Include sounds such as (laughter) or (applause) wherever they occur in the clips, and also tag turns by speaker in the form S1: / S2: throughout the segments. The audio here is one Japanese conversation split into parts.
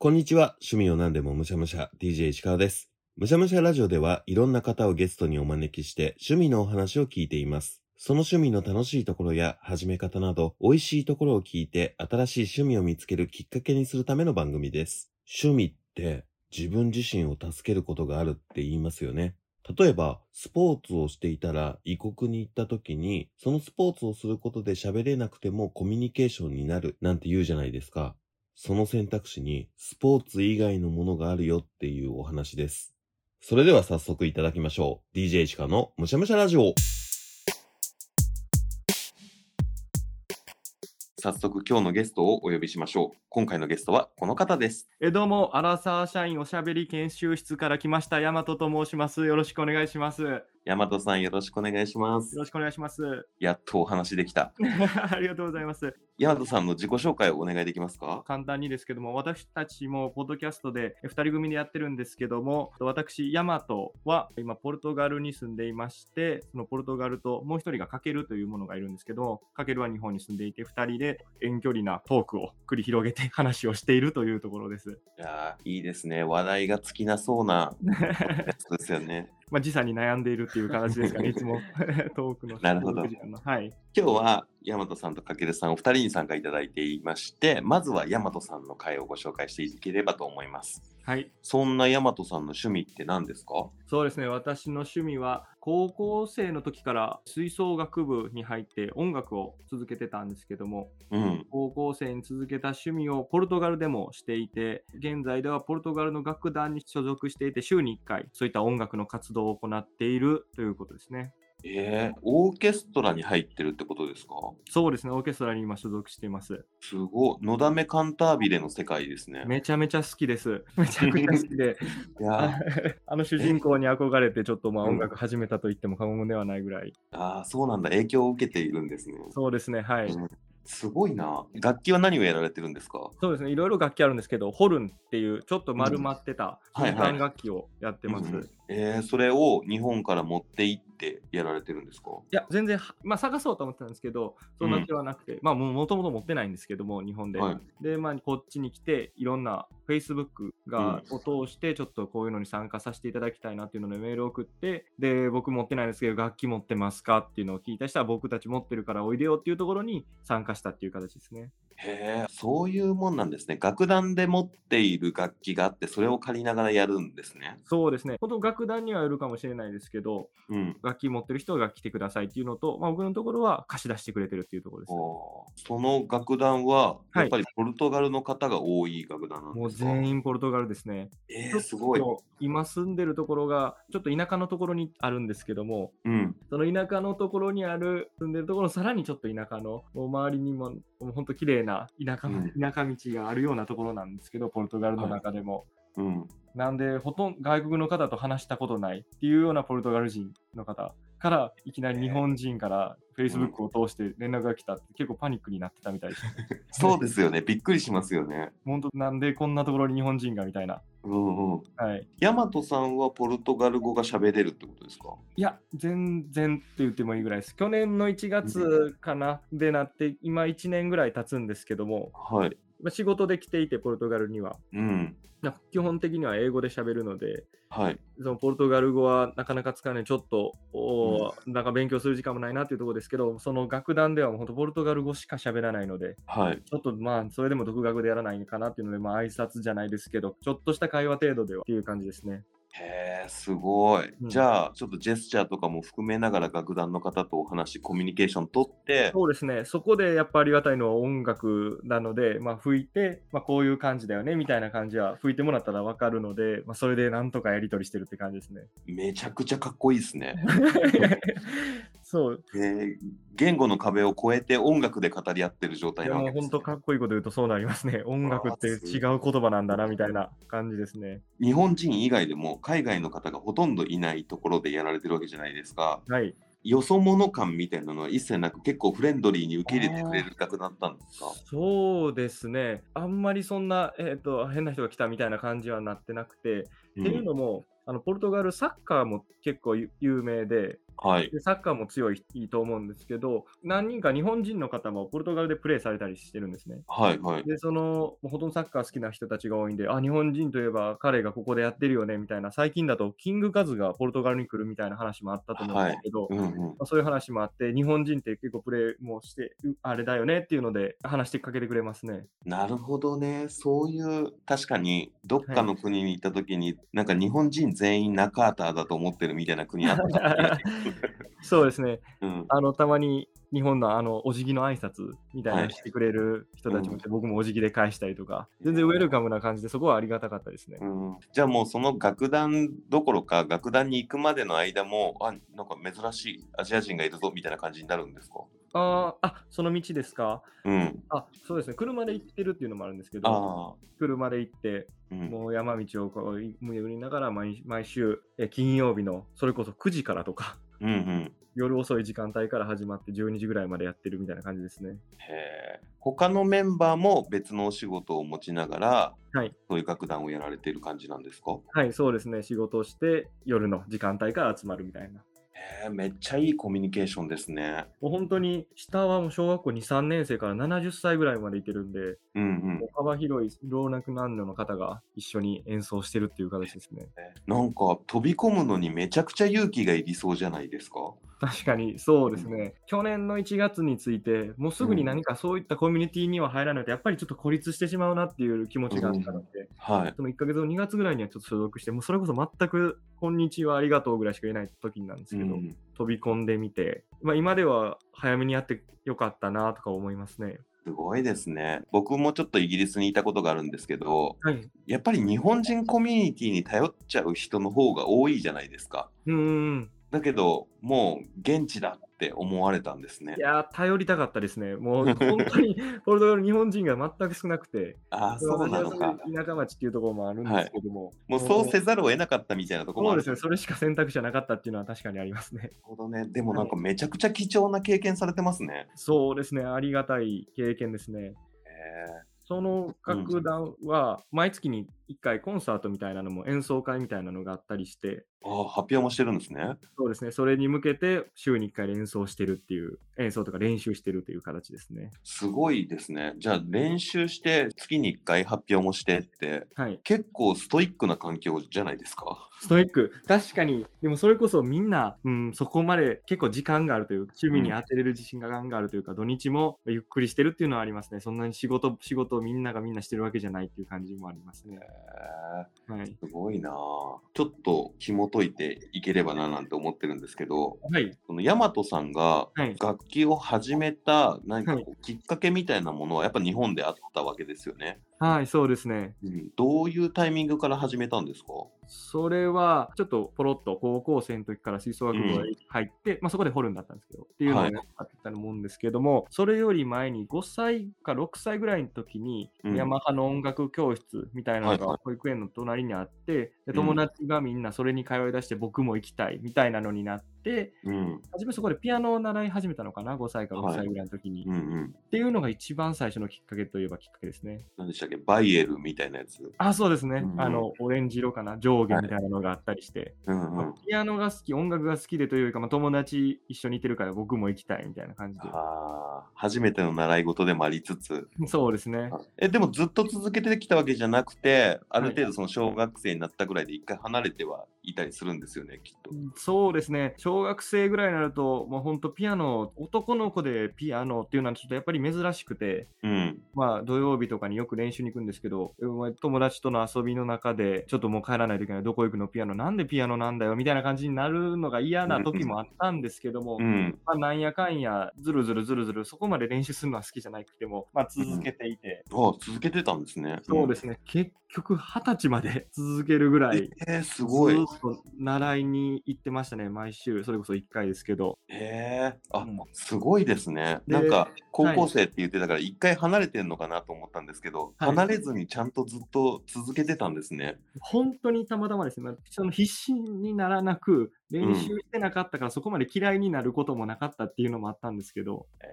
S1: こんにちは。趣味を何でもむしゃむしゃ、DJ 石川です。むしゃむしゃラジオではいろんな方をゲストにお招きして趣味のお話を聞いています。その趣味の楽しいところや始め方など美味しいところを聞いて新しい趣味を見つけるきっかけにするための番組です。趣味って自分自身を助けることがあるって言いますよね。例えば、スポーツをしていたら異国に行った時に、そのスポーツをすることで喋れなくてもコミュニケーションになるなんて言うじゃないですか。その選択肢にスポーツ以外のものがあるよっていうお話です。それでは早速いただきましょう。DJ シカのむしゃむしゃラジオ。早速今日のゲストをお呼びしましょう。今回のゲストはこの方です。
S2: えどうも、アラサー社員おしゃべり研修室から来ました、大和と申します。よろしくお願いします。よ
S1: 大和さんよろしくお願いします。
S2: ろしくお願いします。
S1: やっとお話できた。
S2: (laughs) ありがとうございます。
S1: 大和さんの自己紹介をお願いできますか
S2: 簡単にですけども、私たちもポッドキャストで2人組でやってるんですけども、私、大和は今、ポルトガルに住んでいまして、そのポルトガルともう1人がかけるというものがいるんですけども、かけるは日本に住んでいて、2人で遠距離なトークを繰り広げて話をしているというところです。
S1: いやーいいですね。話題が尽きなそう (laughs) なやつですよね。
S2: まあ、時差に悩んでいるっていう形ですか (laughs) ね、いつもトークの。
S1: なるほど
S2: 6時間のはい。
S1: 今日は大和さんとかけるさんお二人に参加いただいていましてまずは大和さんの回をご紹介していければと思います
S2: はい。
S1: そんな大和さんの趣味って何ですか
S2: そうですね私の趣味は高校生の時から吹奏楽部に入って音楽を続けてたんですけども
S1: うん
S2: 高校生に続けた趣味をポルトガルでもしていて現在ではポルトガルの楽団に所属していて週に1回そういった音楽の活動を行っているということですね
S1: えー、オーケストラに入ってるってことですか
S2: そうですねオーケストラに今所属しています
S1: すごいのだめカンタービレの世界ですね
S2: めちゃめちゃ好きですめちゃくちゃ好きで
S1: いや
S2: (laughs) あの主人公に憧れてちょっとまあ
S1: うん
S2: 音楽始めたと言っても過言ではないぐらい
S1: ーあーそうなんだ影響を受けているんですね
S2: そうですねはい
S1: すごいな楽器は何をやられてるんですか
S2: そうですね、いろいろ楽器あるんですけど、ホルンっていうちょっと丸まってた
S1: うんはいはい
S2: 先端楽器をやってます。
S1: うん
S2: い
S1: うんえー、それを日本から持って行ってやられてるんですか
S2: や、全然、はまあ、探そうと思ってたんですけど、そんな気はなくて、まあ、もともと持ってないんですけども、日本で。
S1: はい
S2: で、まあ、こっちに来て、いろんな Facebook が、を通して、ちょっとこういうのに参加させていただきたいなっていうのでメールを送って、で、僕持ってないんですけど、楽器持ってますかっていうのを聞いた人は、僕たち持ってるからおいでよっていうところに参加したっていう形ですね。
S1: へえ、そういうもんなんですね。楽団で持っている楽器があって、それを借りながらやるんですね。
S2: そうですね、本当楽団にはよるかもしれないですけど、
S1: うん。
S2: 楽器持ってる人が来てくださいっていうのと、まあ、僕のところは貸し出してくれてるっていうところです。
S1: おーその楽団は、
S2: はい
S1: やっぱりポルトガルの方が多い楽団なん
S2: も
S1: で
S2: う
S1: すか、
S2: 全員ポルトガルですね。
S1: えー、すごい
S2: ち。ょっと今住んでるところが、ちょっと田舎のところにあるんですけども、
S1: うん。
S2: その田舎のところにある、住んでるところのさらにちょっと田舎の、もう周りにも、もう本当綺麗な田舎の、
S1: うん
S2: 田舎道があるようなところなんですけど、ポルトガルの中でも。
S1: うん。
S2: なんで、ほとんど外国の方と話したことないっていうようなポルトガル人の方から、いきなり日本人から
S1: ん
S2: Facebook を通して連絡が来たって、結構パニックになってたみたいです。
S1: そうですよね。びっくりしますよね。
S2: 本当、なんでこんなところに日本人がみたいな。
S1: うんうん。
S2: はい。
S1: 大和さんはポルトガル語が喋れるってことですか
S2: いや、全然って言ってもいいぐらいです。去年の1月かな、でなって、今1年ぐらい経つんですけども、
S1: はい。
S2: まあ仕事で来ていて、ポルトガルには。
S1: うん。
S2: な基本的には英語で喋るので、
S1: はい。
S2: そのポルトガル語はなかなか使うのにちょっとおー、なんか勉強する時間もないなっていうところですけど、その楽団ではもう本当ポルトガル語しか喋らないので、
S1: はい。
S2: ちょっとまあそれでも独学でやらないかなっていうので、まあ挨拶じゃないですけど、ちょっとした会話程度ではっていう感じですね。
S1: へえ、すごい。
S2: うん
S1: じゃあ、ちょっとジェスチャーとかも含めながら楽団の方とお話、コミュニケーション取って、
S2: そうですね、そこでやっぱありがたいのは音楽なので、まあ吹いて、まあこういう感じだよねみたいな感じは吹いてもらったらわかるので、まあそれでなんとかやり取りしてるって感じですね。
S1: めちゃくちゃかっこいいです
S2: (laughs)
S1: ね。
S2: そう、
S1: えー言語の壁を越えて音楽で語り合ってる状
S2: い
S1: 態
S2: や
S1: なわ
S2: も
S1: け
S2: う
S1: です、
S2: 本当
S1: ね。
S2: かっこいいこと言うとそうなりま
S1: (laughs)
S2: すね。音楽って違う言葉なんだなみたいな感じですね。
S1: 日本人以外でも海外の方がほとんどいないところでやられてるわけじゃないですか。
S2: はい。
S1: よそ者感みたいなのは一切なく結構フレンドリーに受け入れてくれる楽団だったんですか
S2: そうですね。あんまりそんな、えー、と変な人が来たみたいな感じはなってなくて。
S1: うん
S2: っていうのも、あのポルトガルサッカーも結構ゆ有名で、
S1: はい。
S2: でサッカーも強いいいと思うんですけど、何人か日本人の方もポルトガルでプレーされたりしてるんですね。
S1: はい。はい。
S2: で、その、もうほとんどサッカー好きな人たちが多いんで、あ、日本人といえば彼がここでやってるよね、みたいな、最近だとキングカズがポルトガルに来るみたいな話もあったと思うんですけど、
S1: うんうん。
S2: まあ、そういう話もあって、日本人って結構プレーもして、うあれだよねっていうので、話してかけてくれます (laughs) ね。
S1: なるほどね。そういう、確かに、どっかの国に行った時に、なんか日本人全員ナカーターだと思ってるみたいな国あったかもしれない
S2: そうですね。 (laughs)
S1: うん。
S2: あの、たまに日本のあの、お辞儀の挨拶みたいな
S1: はい
S2: のしてくれる人たちもいて、僕もお辞儀で返したりとか、
S1: うん
S2: 全然ウェルカムな感じで、そこはありがたかったですね。
S1: うん、じゃあもうその楽団どころか楽団に行くまでの間もあなんか珍しいアジア人がいるぞみたいな感じになるんですか
S2: あーあ、その道ですか
S1: うん
S2: あ、そうですね。車で行ってるっていうのもあるんですけど、
S1: ああ
S2: 車で行って、
S1: うん
S2: もう山道をこう、胸売りながら毎、毎週、え金曜日の、それこそ9時からとか、 (laughs)
S1: うんうん
S2: 夜遅い時間帯から始まって12時ぐらいまでやってるみたいな感じですね。
S1: へえ他のメンバーも別のお仕事を持ちながら、
S2: はい
S1: そういう楽団をやられている感じなんですか
S2: はい、そうですね。仕事をして夜の時間帯から集まるみたいな。
S1: へえめっちゃいいコミュニケーションですね
S2: もう本当に下はもう小学校2、3年生から70歳ぐらいまでいてるんで、
S1: うんうん
S2: もう幅広い老若男女の方が一緒に演奏してるっていう形ですね。
S1: なんか飛び込むのにめちゃくちゃ勇気がいりそうじゃないですか
S2: 確かにそうですね。去年の1月について、もうすぐに何かそういったコミュニティには入らないと、やっぱりちょっと孤立してしまうなっていう気持ちがあったので、
S1: はい
S2: その1ヶ月後、2月ぐらいにはちょっと所属して、もうそれこそ全く、こんにちは、ありがとうぐらいしか言えない時なんですけど、
S1: うん
S2: 飛び込んでみて、まあ、今では早めにやってよかったなとか思いますね。
S1: すごいですね僕もちょっとイギリスにいたことがあるんですけど
S2: はい。
S1: やっぱり日本人コミュニティに頼っちゃう人の方が多いじゃないですか。
S2: うんうんうん。
S1: だけど、もう現地だって思われたんですね
S2: い。やー、頼りたかったですね。もう本
S1: (laughs)
S2: 当に、ポルトガル日本人が全く少なくて、
S1: ああ、そうなの
S2: 私は
S1: か。
S2: そういう田舎町っていうところもあるんですけども、
S1: もうそうせざるを得なかったみたいなところも
S2: そ
S1: あ
S2: う
S1: る
S2: ですね、それしか選択肢はなかったっていうのは確かにありますね。
S1: なるほどね。でもなんかめちゃくちゃ貴重な経験されてますね。
S2: そうですね、ありがたい経験ですね。その楽団は、毎月に1回コンサートみたいなのも演奏会みたいなのがあったりして、
S1: へーああ、発表もしてるんですね。
S2: そうですね、それに向けて週に1回演奏してるっていう、演奏とか練習してるという形ですね。
S1: すごいですね。じゃあ練習して月に1回発表もしてって
S2: はい。
S1: 結構ストイックな環境じゃないですか。
S2: ストイック。確かに、でもそれこそみんな、うん、そこまで結構時間があるという、趣味に当てれる自信があるというか、土日もゆっくりしてるっていうのはありますね。そんなに仕事、仕事をみんながみんなしてるわけじゃないっていう感じもありますね
S1: へ。ー
S2: はい。
S1: すごいなあちょっと紐解いていければななんて思ってるんですけど、
S2: はい。
S1: その大和さんが
S2: はい。
S1: 楽器を始めた何かこうきっかけみたいなものはやっぱ日本であったわけですよね。
S2: はい、そうですね。
S1: うん、どういうタイミングから始めたんですか
S2: それは、ちょっとポロッと高校生の時から吹奏楽部に入って、まあ、そこでホルンだったんですけど、っていうの
S1: は
S2: が
S1: い
S2: あったと思うんですけども、それより前に5歳か6歳ぐらいの時に、
S1: うん
S2: ヤマハの音楽教室みたいなの
S1: はいは
S2: が保育園の隣にあって、
S1: うん
S2: で友達がみんなそれに通い出して、僕も行きたいみたいなのになって、
S1: うん
S2: 初めそこでピアノを習い始めたのかな、5歳か6歳ぐらいの時に。
S1: うんうん。
S2: っていうのが一番最初のきっかけといえばきっかけですね。
S1: 何でしたっけバイエルみたいなやつ。
S2: あ、そうですね。
S1: うん
S2: あの、オレンジ色かな、上下みたいなのがあったりして。
S1: うんうん。
S2: ピアノが好き、音楽が好きでというよりか、まあ、友達一緒にいてるから僕も行きたいみたいな感じで。
S1: あー初めての習い事でもありつつ
S2: (laughs) そうですね。
S1: えでもずっと続けてきたわけじゃなくてある程度その小学生になったぐらいで一回離れてはいたりするんですよねきっと。
S2: そうですね。小学生ぐらいになると、もう本当ピアノ、男の子でピアノっていうのはちょっとやっぱり珍しくて、
S1: うん
S2: まあ土曜日とかによく練習に行くんですけど、まあ友達との遊びの中で、ちょっともう帰らないといけない、どこ行くのピアノ、なんでピアノなんだよみたいな感じになるのが嫌な時もあったんですけども、
S1: うん
S2: まあなんやかんや、ずるずるずるずる、そこまで練習するのは好きじゃなくても、まあ続けていて、
S1: あ続けてたんですね。。
S2: そうですすね、結局、二十歳まで続けるぐらい、
S1: えー、すごい
S2: ず。っと習いに行ってましたね、毎週、それこそ1回ですけど、
S1: えー、あ、
S2: うん
S1: すごいですね。
S2: で
S1: なんか高
S2: い
S1: 校生って言ってたから一回離れてんのかなと思ったんですけど、
S2: はい
S1: 離れずにちゃんとずっと続けてたんですね。
S2: 本当にたまたまですね、まあその必死にならなく、練習してなかったから、そこまで嫌いになることもなかったっていうのもあったんですけど、
S1: え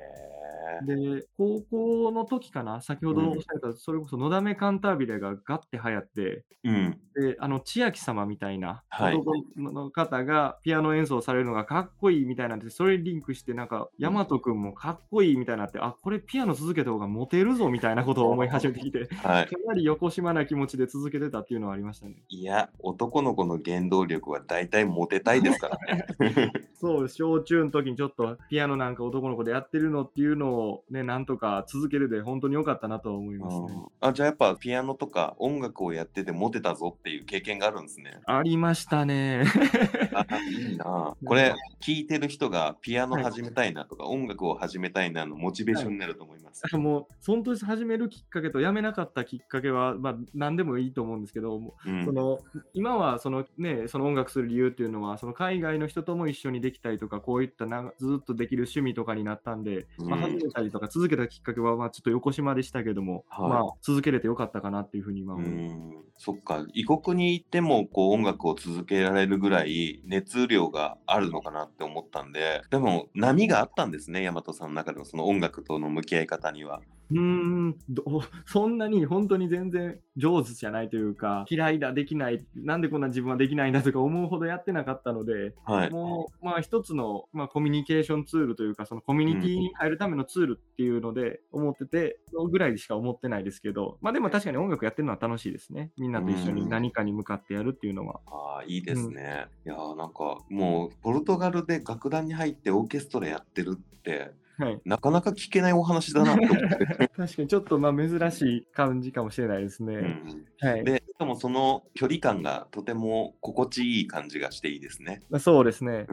S2: で、高校の時かな、先ほどおっしゃった、それこそ、のだめカンタービレがガッて流行って、
S1: うん。
S2: で、あの、千秋様みたいな
S1: はい
S2: 男の方がピアノ演奏されるのがかっこいいみたいなんで、それにリンクして、なんか、大和くんもかっこいいみたいになって、あ、これピアノ続けた方がモテるぞみたいなことを思い始めてきて、か
S1: はい。
S2: なり横島な気持ちで続けてたっていうのはありましたね。
S1: いや、男の子の原動力は大体モテたいです
S2: (laughs)
S1: からね。
S2: そう、小中の時にちょっとピアノなんか男の子でやってるのっていうのをね、なんとか続けるで本当に良かったなとは思いますね。
S1: あじゃあやっぱピアノとか音楽をやっててモテたぞっていう経験があるんですね。
S2: ありましたね。 (laughs)
S1: あいいなあこれ聞いてる人がピアノ始めたいなとか、音楽を始めたいなのモチベーションになると思います。
S2: もう、その年始めるきっかけとやめなかったきっかけは、まあ、何でもいいと思うんですけど、も
S1: う
S2: うんその今はその、ね、その音楽する理由っていうのは、その海外の人とも一緒にできたりとか、こういったなずっとできる趣味とかになったんで、まあ、
S1: うん
S2: 始めたりとか続けたきっかけは、まあ、ちょっと横島でしたけども、
S1: はい
S2: まあ、続けれてよかったかなっていうふうに今
S1: う
S2: 思います。
S1: んそっか異国に行ってもこう音楽を続けられるぐらい熱量があるのかなって思ったんででも波があったんですね大和さんの中でもその音楽との向き合い方には。
S2: うーんどそんなに本当に全然上手じゃないというか嫌いだできないなんでこんな自分はできないんだとか思うほどやってなかったので
S1: はい、
S2: (laughs) もうまあ一つの、まあ、コミュニケーションツールというかそのコミュニティに入るためのツールっていうので思っててそのぐらいしか思ってないですけどまあでも確かに音楽やってるのは楽しいですねみんなと一緒に何かに向かってやるっていうのは
S1: あーいいですね。いやーなんかもうポルトガルで楽団に入ってオーケストラやってるって
S2: はい
S1: なかなか聞けないお話だなって思
S2: (laughs)
S1: って。
S2: 確かにちょっとまあ珍しい感じかもしれないですね、
S1: うん
S2: はい
S1: で、しかもその距離感がとても心地いい感じがしていいですね。
S2: まあそうですね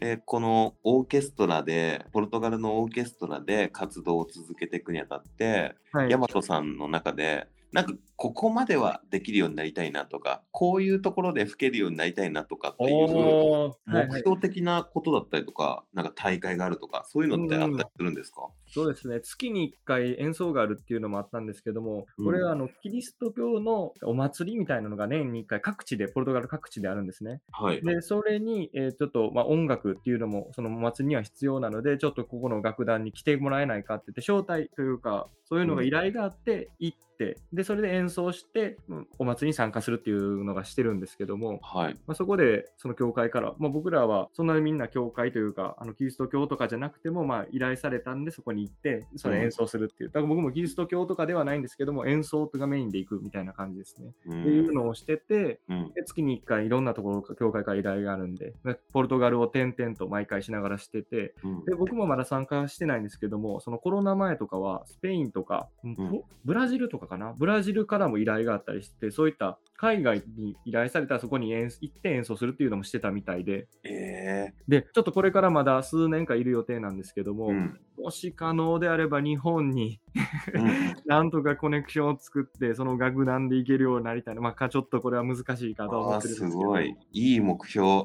S1: えーこのオーケストラで、ポルトガルのオーケストラで活動を続けていくにあたって、
S2: はい
S1: 大和さんの中で、なんかここまではできるようになりたいなとか、こういうところで吹けるようになりたいなとかっていう
S2: おーはいは
S1: 目
S2: い
S1: 標的なことだったりとか、なんか大会があるとか、そういうのってあったりするんですか、
S2: そうですね月に1回演奏があるっていうのもあったんですけども、
S1: うん
S2: これはあのキリスト教のお祭りみたいなのが年に1回各地で、ポルトガル各地であるんですね。
S1: はい。
S2: で、それに、えーちょっと、まあ、音楽っていうのもそのお祭りには必要なので、ちょっとここの楽団に来てもらえないかって言って、招待というか、そういうのが依頼があって行って、で、それで演奏して、うんお祭りに参加するっていうのがしてるんですけども、
S1: はい。
S2: まあ、そこでその教会から、まあ、僕らはそんなにみんな教会というかあのキリスト教とかじゃなくてもまあ依頼されたんでそこに行ってそれ演奏するっていう、だから僕もキリスト教とかではないんですけども演奏がメインで行くみたいな感じですね、
S1: う
S2: っていうんのをしてて
S1: うん
S2: で月に1回いろんなところ教会から依頼があるんででポルトガルを転々と毎回しながらしてて
S1: うん
S2: で僕もまだ参加してないんですけどもそのコロナ前とかはスペインとか、
S1: ん
S2: ブラジルとかかなブラジルからも依頼があったりしてそういった海外に依頼されたらそこに演行って演奏するっていうのもしてたみたいで
S1: え
S2: でちょっとこれからまだ数年間いる予定なんですけども、
S1: ーうん
S2: もし可能であれば日本に (laughs)
S1: うん
S2: なんとかコネクションを作ってその楽団で行けるようになりたいなまあかちょっとこれは難しいかとは思
S1: あ
S2: っ
S1: ー
S2: てるん
S1: す
S2: ですけど
S1: ごい。いい目
S2: (laughs)
S1: 標。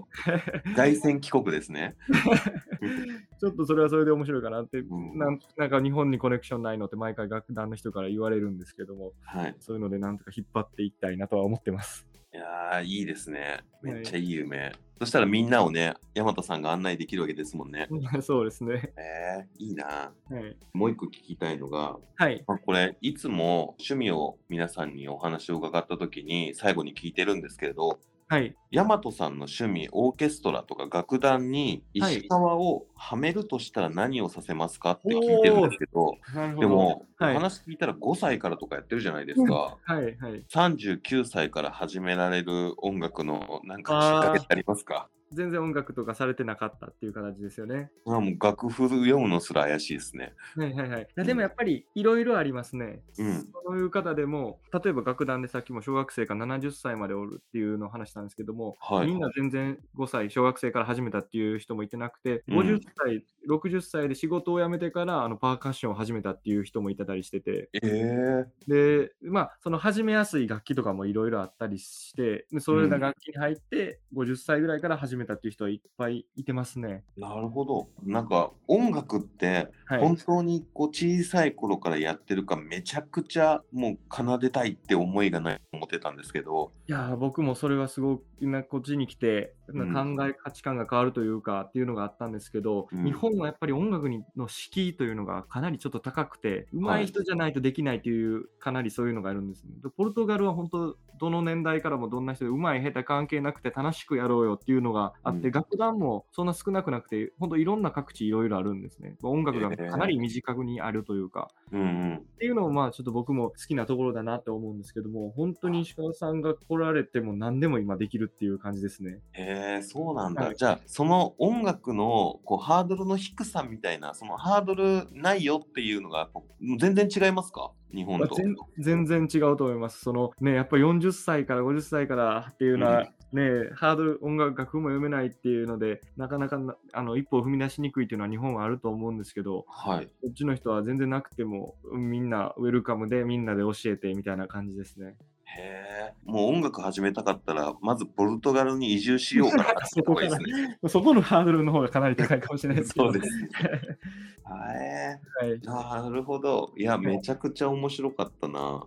S1: 凱旋帰国ですね。
S2: ちょっとそれはそれで面白いかなって、
S1: ん
S2: なんなんか日本にコネクションないのって毎回楽団の人から言われるんですけども
S1: はい。
S2: そういうのでなんとか引っ張っていきたいなとは思ってます。
S1: いやーいいですね。めっちゃいい夢。そしたらみんなをね、大和さんが案内できるわけですもんね。
S2: (laughs) そうですね。
S1: えー、いいな。
S2: はい。
S1: もう一個聞きたいのが、
S2: はい。
S1: まあこれ、いつも趣味を皆さんにお話を伺った時に最後に聞いてるんですけれど、
S2: はい。
S1: 大和さんの趣味、オーケストラとか楽団に
S2: はい
S1: 石川をはめるとしたら何をさせますかって聞いてるんですけど、
S2: なるほ
S1: でも、
S2: はい
S1: お話聞いたら5歳からとかやってるじゃないですか。
S2: はい。はい。
S1: 39歳から始められる音楽のなんかきっかけってありますか
S2: 全然音楽とかされてなかったっていう形ですよね。
S1: あもう楽譜読むのすら怪しいですね。
S2: はいはいはい。いやでもやっぱりいろいろありますね。
S1: うん。
S2: そういう方でも、例えば楽団でさっきも小学生から70歳までおるっていうのを話したんですけども、
S1: はい
S2: みんな全然5歳、小学生から始めたっていう人もいてなくて、
S1: うん
S2: 50歳、60歳で仕事を辞めてからあのパーカッションを始めたっていう人もいたりしてて、
S1: ええー。
S2: で、まあ、その始めやすい楽器とかもいろいろあったりして、でそういうような楽器に入って、50歳ぐらいから始めたっていう人はいっぱいいてますね。
S1: なるほど。なんか音楽って
S2: はい。
S1: 本当にこう小さい頃からやってるかめちゃくちゃもう奏でたいって思いがないと思ってたんですけど、
S2: いやー僕もそれはすごくなこっちに来てなんか考え、価値観が変わるというかっていうのがあったんですけど、
S1: うん
S2: 日本はやっぱり音楽にの敷居というのがかなりちょっと高くて、上手い人じゃないとできないという、かなりそういうのがあるんです、ね。でポルトガルは本当、どの年代からもどんな人で上手い下手関係なくて楽しくやろうよっていうのがあって、
S1: うん
S2: 楽団もそんな少なくなくて、本当いろんな各地いろいろあるんですね。音楽がかなり身近にあるというか。
S1: うんうん
S2: っていうのもまあちょっと僕も好きなところだなと思うんですけども本当に石川さんが来られても何でも今できるっていう感じですね。
S1: へえそうなん
S2: は
S1: だ
S2: い
S1: じゃあその音楽のこうハードルの低さみたいなそのハードルないよっていうのがこう全然違いますか日本と。
S2: 全全然違うと思います。そのねやっぱ40歳から50歳からっていうのは、ねハードル音楽楽譜も読めないっていうのでなかなかなあの一歩を踏み出しにくいっていうのは日本はあると思うんですけど
S1: はい
S2: こっちの人は全然なくてもみんなウェルカムでみんなで教えてみたいな感じですね。
S1: へえもう音楽始めたかったらまずポルトガルに移住しようか
S2: (laughs)
S1: なって言った方がいいですね。
S2: そこのハードルの方がかなり高いかもしれないですけど。
S1: (laughs) そうです。はい
S2: (laughs) はい
S1: なるほど。いや、めちゃくちゃ面白かった
S2: (laughs)
S1: な。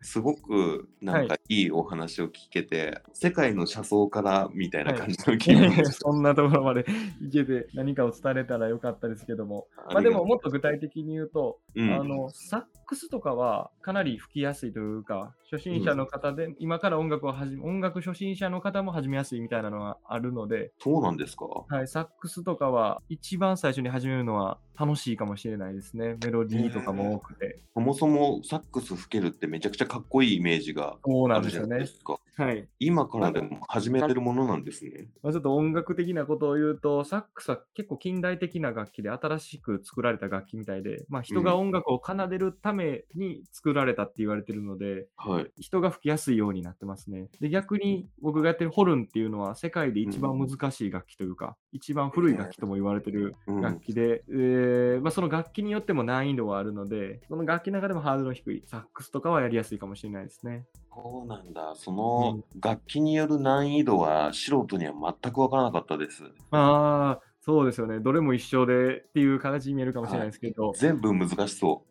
S1: すごくなんかいいお話を聞けて、世界の車窓からみたいな感じの気
S2: いや
S1: 分
S2: いや
S1: です。
S2: そんなところまで行けて何かを伝えれたらよかったですけども、 (laughs) まあ、
S1: り
S2: で
S1: がと
S2: も
S1: う
S2: もっと具体的に言うと、
S1: うん
S2: あのサックスとかはかなり吹きやすいというか初心者の方で、今から音楽を始め音楽初心者の方も始めやすいみたいなのがあるので、
S1: そうなんですか。
S2: はい、サックスとかは一番最初に始めるのは楽しいかもしれないですねメロディーとかも多くて、
S1: そもそもサックス吹けるってめちゃくちゃかっこいいイメージが
S2: そう
S1: あ
S2: なん
S1: る
S2: で
S1: じ
S2: す
S1: ゃ
S2: よ
S1: ない
S2: ね
S1: ですか。
S2: はい、
S1: 今からでも始めてるものなんですね。
S2: まあ、ちょっと音楽的なことを言うと、サックスは結構近代的な楽器で新しく作られた楽器みたいで、まあ、人が音楽を奏でるために作られたって言われてるので、
S1: はい。
S2: 人が吹きやすいようになってますね。で、逆に僕がやってるホルンっていうのは世界で一番難しい楽器というか、一番古い楽器とも言われてる
S1: うん
S2: 楽器で、えーまあ、その楽器によっても難易度はあるので、その楽器の中でもハードルの低いサックスとかはやりやすいかもしれないですね。
S1: そうなんだ。その楽器による難易度は素人には全く分からなかったです。
S2: まあ、そうですよね。どれも一緒でっていう形に見えるかもしれないですけど、
S1: 全部難しそ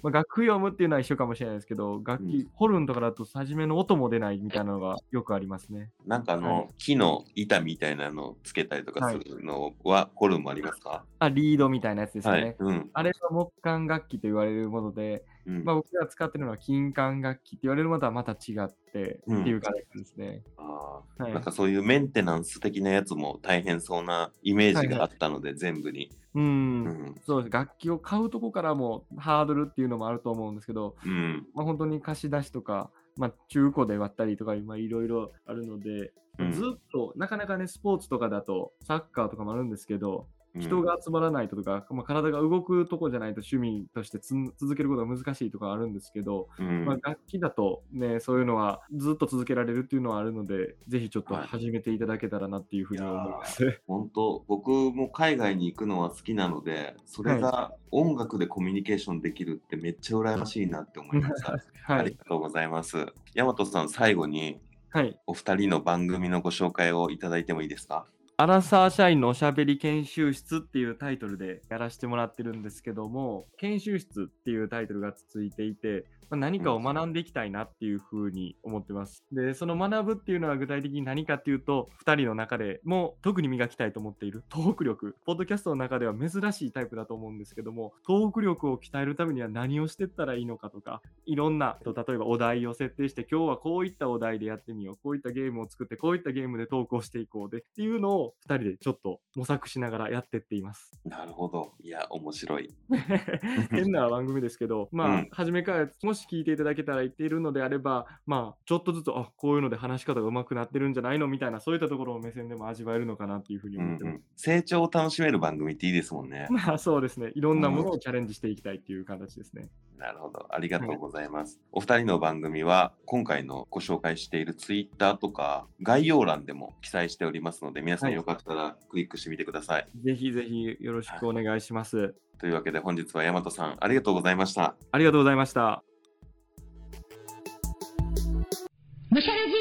S2: まあ、楽譜読むっていうのは一緒かもしれないですけど、楽器、
S1: うん
S2: ホルンとかだと初めの音も出ないみたいなのがよくありますね。
S1: う。なんかあの、
S2: は
S1: 木の板みたいなのをつけたりとかするのは、ホルンもありますか
S2: あ、リードみたいなやつですよ
S1: は
S2: ね。
S1: い。うん。
S2: あれは木管楽器と言われるもので、
S1: うん
S2: まあ、僕が使ってるのは金管楽器って言われるものとはまた違ってって
S1: うん
S2: いう感じですね。
S1: あ
S2: は
S1: ー
S2: い
S1: なんかそういうメンテナンス的なやつも大変そうなイメージがあったので、全部に。
S2: うん、
S1: うん。
S2: そうです。楽器を買うとこからもハードルっていうのもあると思うんですけど、
S1: うん。
S2: まあ、本当に貸し出しとか、まあ、中古で割ったりとか、今いろいろあるので、
S1: うん
S2: ずっと、なかなかね、スポーツとかだと、サッカーとかもあるんですけど、
S1: うん
S2: 人が集まらないとか、まあ、体が動くとこじゃないと趣味としてつん続けることが難しいとかあるんですけど、
S1: うん
S2: まあ、楽器だとね、そういうのはずっと続けられるっていうのはあるので、ぜひちょっと
S1: はい
S2: 始めていただけたらなっていうふうに思います。
S1: 本当僕も海外に行くのは好きなのでそれが音楽でコミュニケーションできるってめっちゃ羨ましいなって思いました、
S2: は
S1: あり
S2: い。
S1: がとうございます大和さん最後に
S2: はい。
S1: お二人の番組のご紹介をいただいてもいいですか
S2: アラサー社員のおしゃべり研修室っていうタイトルでやらせてもらってるんですけども、研修室っていうタイトルがついていて、まあ、何かを学んでいきたいなっていうふうに思ってます。で、その学ぶっていうのは具体的に何かっていうと、2人の中でも特に磨きたいと思っているトーク力。ポッドキャストの中では珍しいタイプだと思うんですけども、トーク力を鍛えるためには何をしてったらいいのかとか、いろんな、と例えばお題を設定して、今日はこういったお題でやってみよう、こういったゲームを作って、こういったゲームで投稿していこうでっていうのを2人でちょっと模索しながらやってってい (laughs) ます。
S1: なるほどいや面白い
S2: 変な番組ですけど、
S1: う
S2: まあ
S1: ん、
S2: 初めからもし聞いていただけたら言っているのであれば、まあ、ちょっとずつ、あこういうので話し方が上手くなってるんじゃないのみたいな、そういったところを目線でも味わえるのかなっていうふうに
S1: うん
S2: 思っ
S1: う
S2: てます。
S1: ん成長を楽しめる番組っていいですもんね
S2: (laughs) まあそうですね。いろんなものをチャレンジしていきたいっていう形ですね。
S1: なるほど。ありがとうございます。お二人の番組は、今回のご紹介しているツイッターとか、概要欄でも記載しておりますので、皆さん
S2: はい
S1: よかったらクリックしてみてください。
S2: ぜひぜひよろしくお願いします。
S1: というわけで、本日は大和さん、ありがとうございました。
S2: ありがとうございました。
S3: むしゃらじ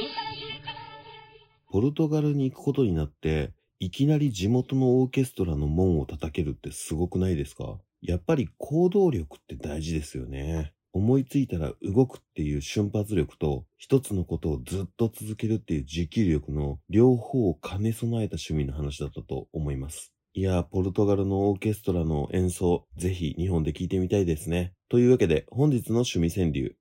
S4: ポルトガルに行くことになって、いきなり地元のオーケストラの門を叩けるってすごくないですかやっぱり行動力って大事ですよね。
S1: 思いついたら動くっていう瞬発力と、一つのことをずっと続けるっていう持久力の両方を兼ね備えた趣味の話だったと思います。いやー、ポルトガルのオーケストラの演奏、ぜひ日本で聴いてみたいですね。というわけで、本日の趣味川柳。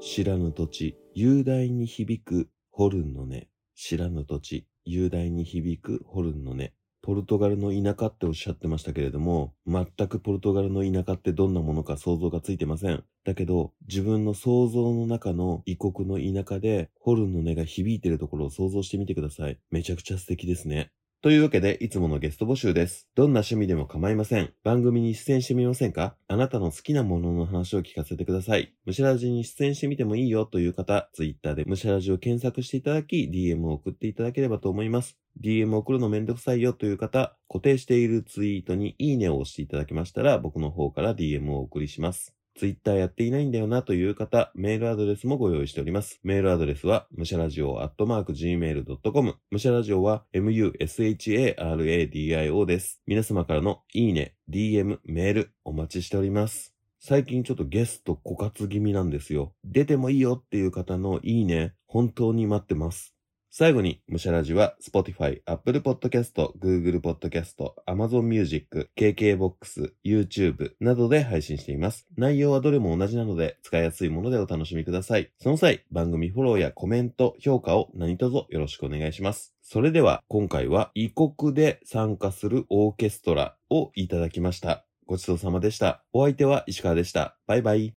S1: 知らぬ土地、雄大に響くホルンの音。知らぬ土地、雄大に響くホルンの音。ポルトガルの田舎っておっしゃってましたけれども、全くポルトガルの田舎ってどんなものか想像がついてません。だけど、自分の想像の中の異国の田舎で、ホルンの音が響いてるところを想像してみてください。めちゃくちゃ素敵ですね。というわけで、いつものゲスト募集です。どんな趣味でも構いません。番組に出演してみませんかあなたの好きなものの話を聞かせてください。ムシャラジに出演してみてもいいよという方、ツイッターでムシャラジを検索していただき、DM を送っていただければと思います。DM を送るのめんどくさいよという方、固定しているツイートにいいねを押していただきましたら、僕の方から DM をお送りします。ツイッターやっていないんだよなという方、メールアドレスもご用意しております。メールアドレスは、むしゃらじおアットマーク gmail.com。むしゃらじおは、musharadio です。皆様からのいいね、DM、メール、お待ちしております。最近ちょっとゲスト枯渇気味なんですよ。出てもいいよっていう方のいいね、本当に待ってます。最後に、ムシャラジは、Spotify、Apple Podcast、Google Podcast、Amazon Music、KKBOX、YouTube などで配信しています。内容はどれも同じなので、使いやすいものでお楽しみください。その際、番組フォローやコメント、評価を何卒よろしくお願いします。それでは、今回は、異国で参加するオーケストラをいただきました。ごちそうさまでした。お相手は石川でした。バイバイ。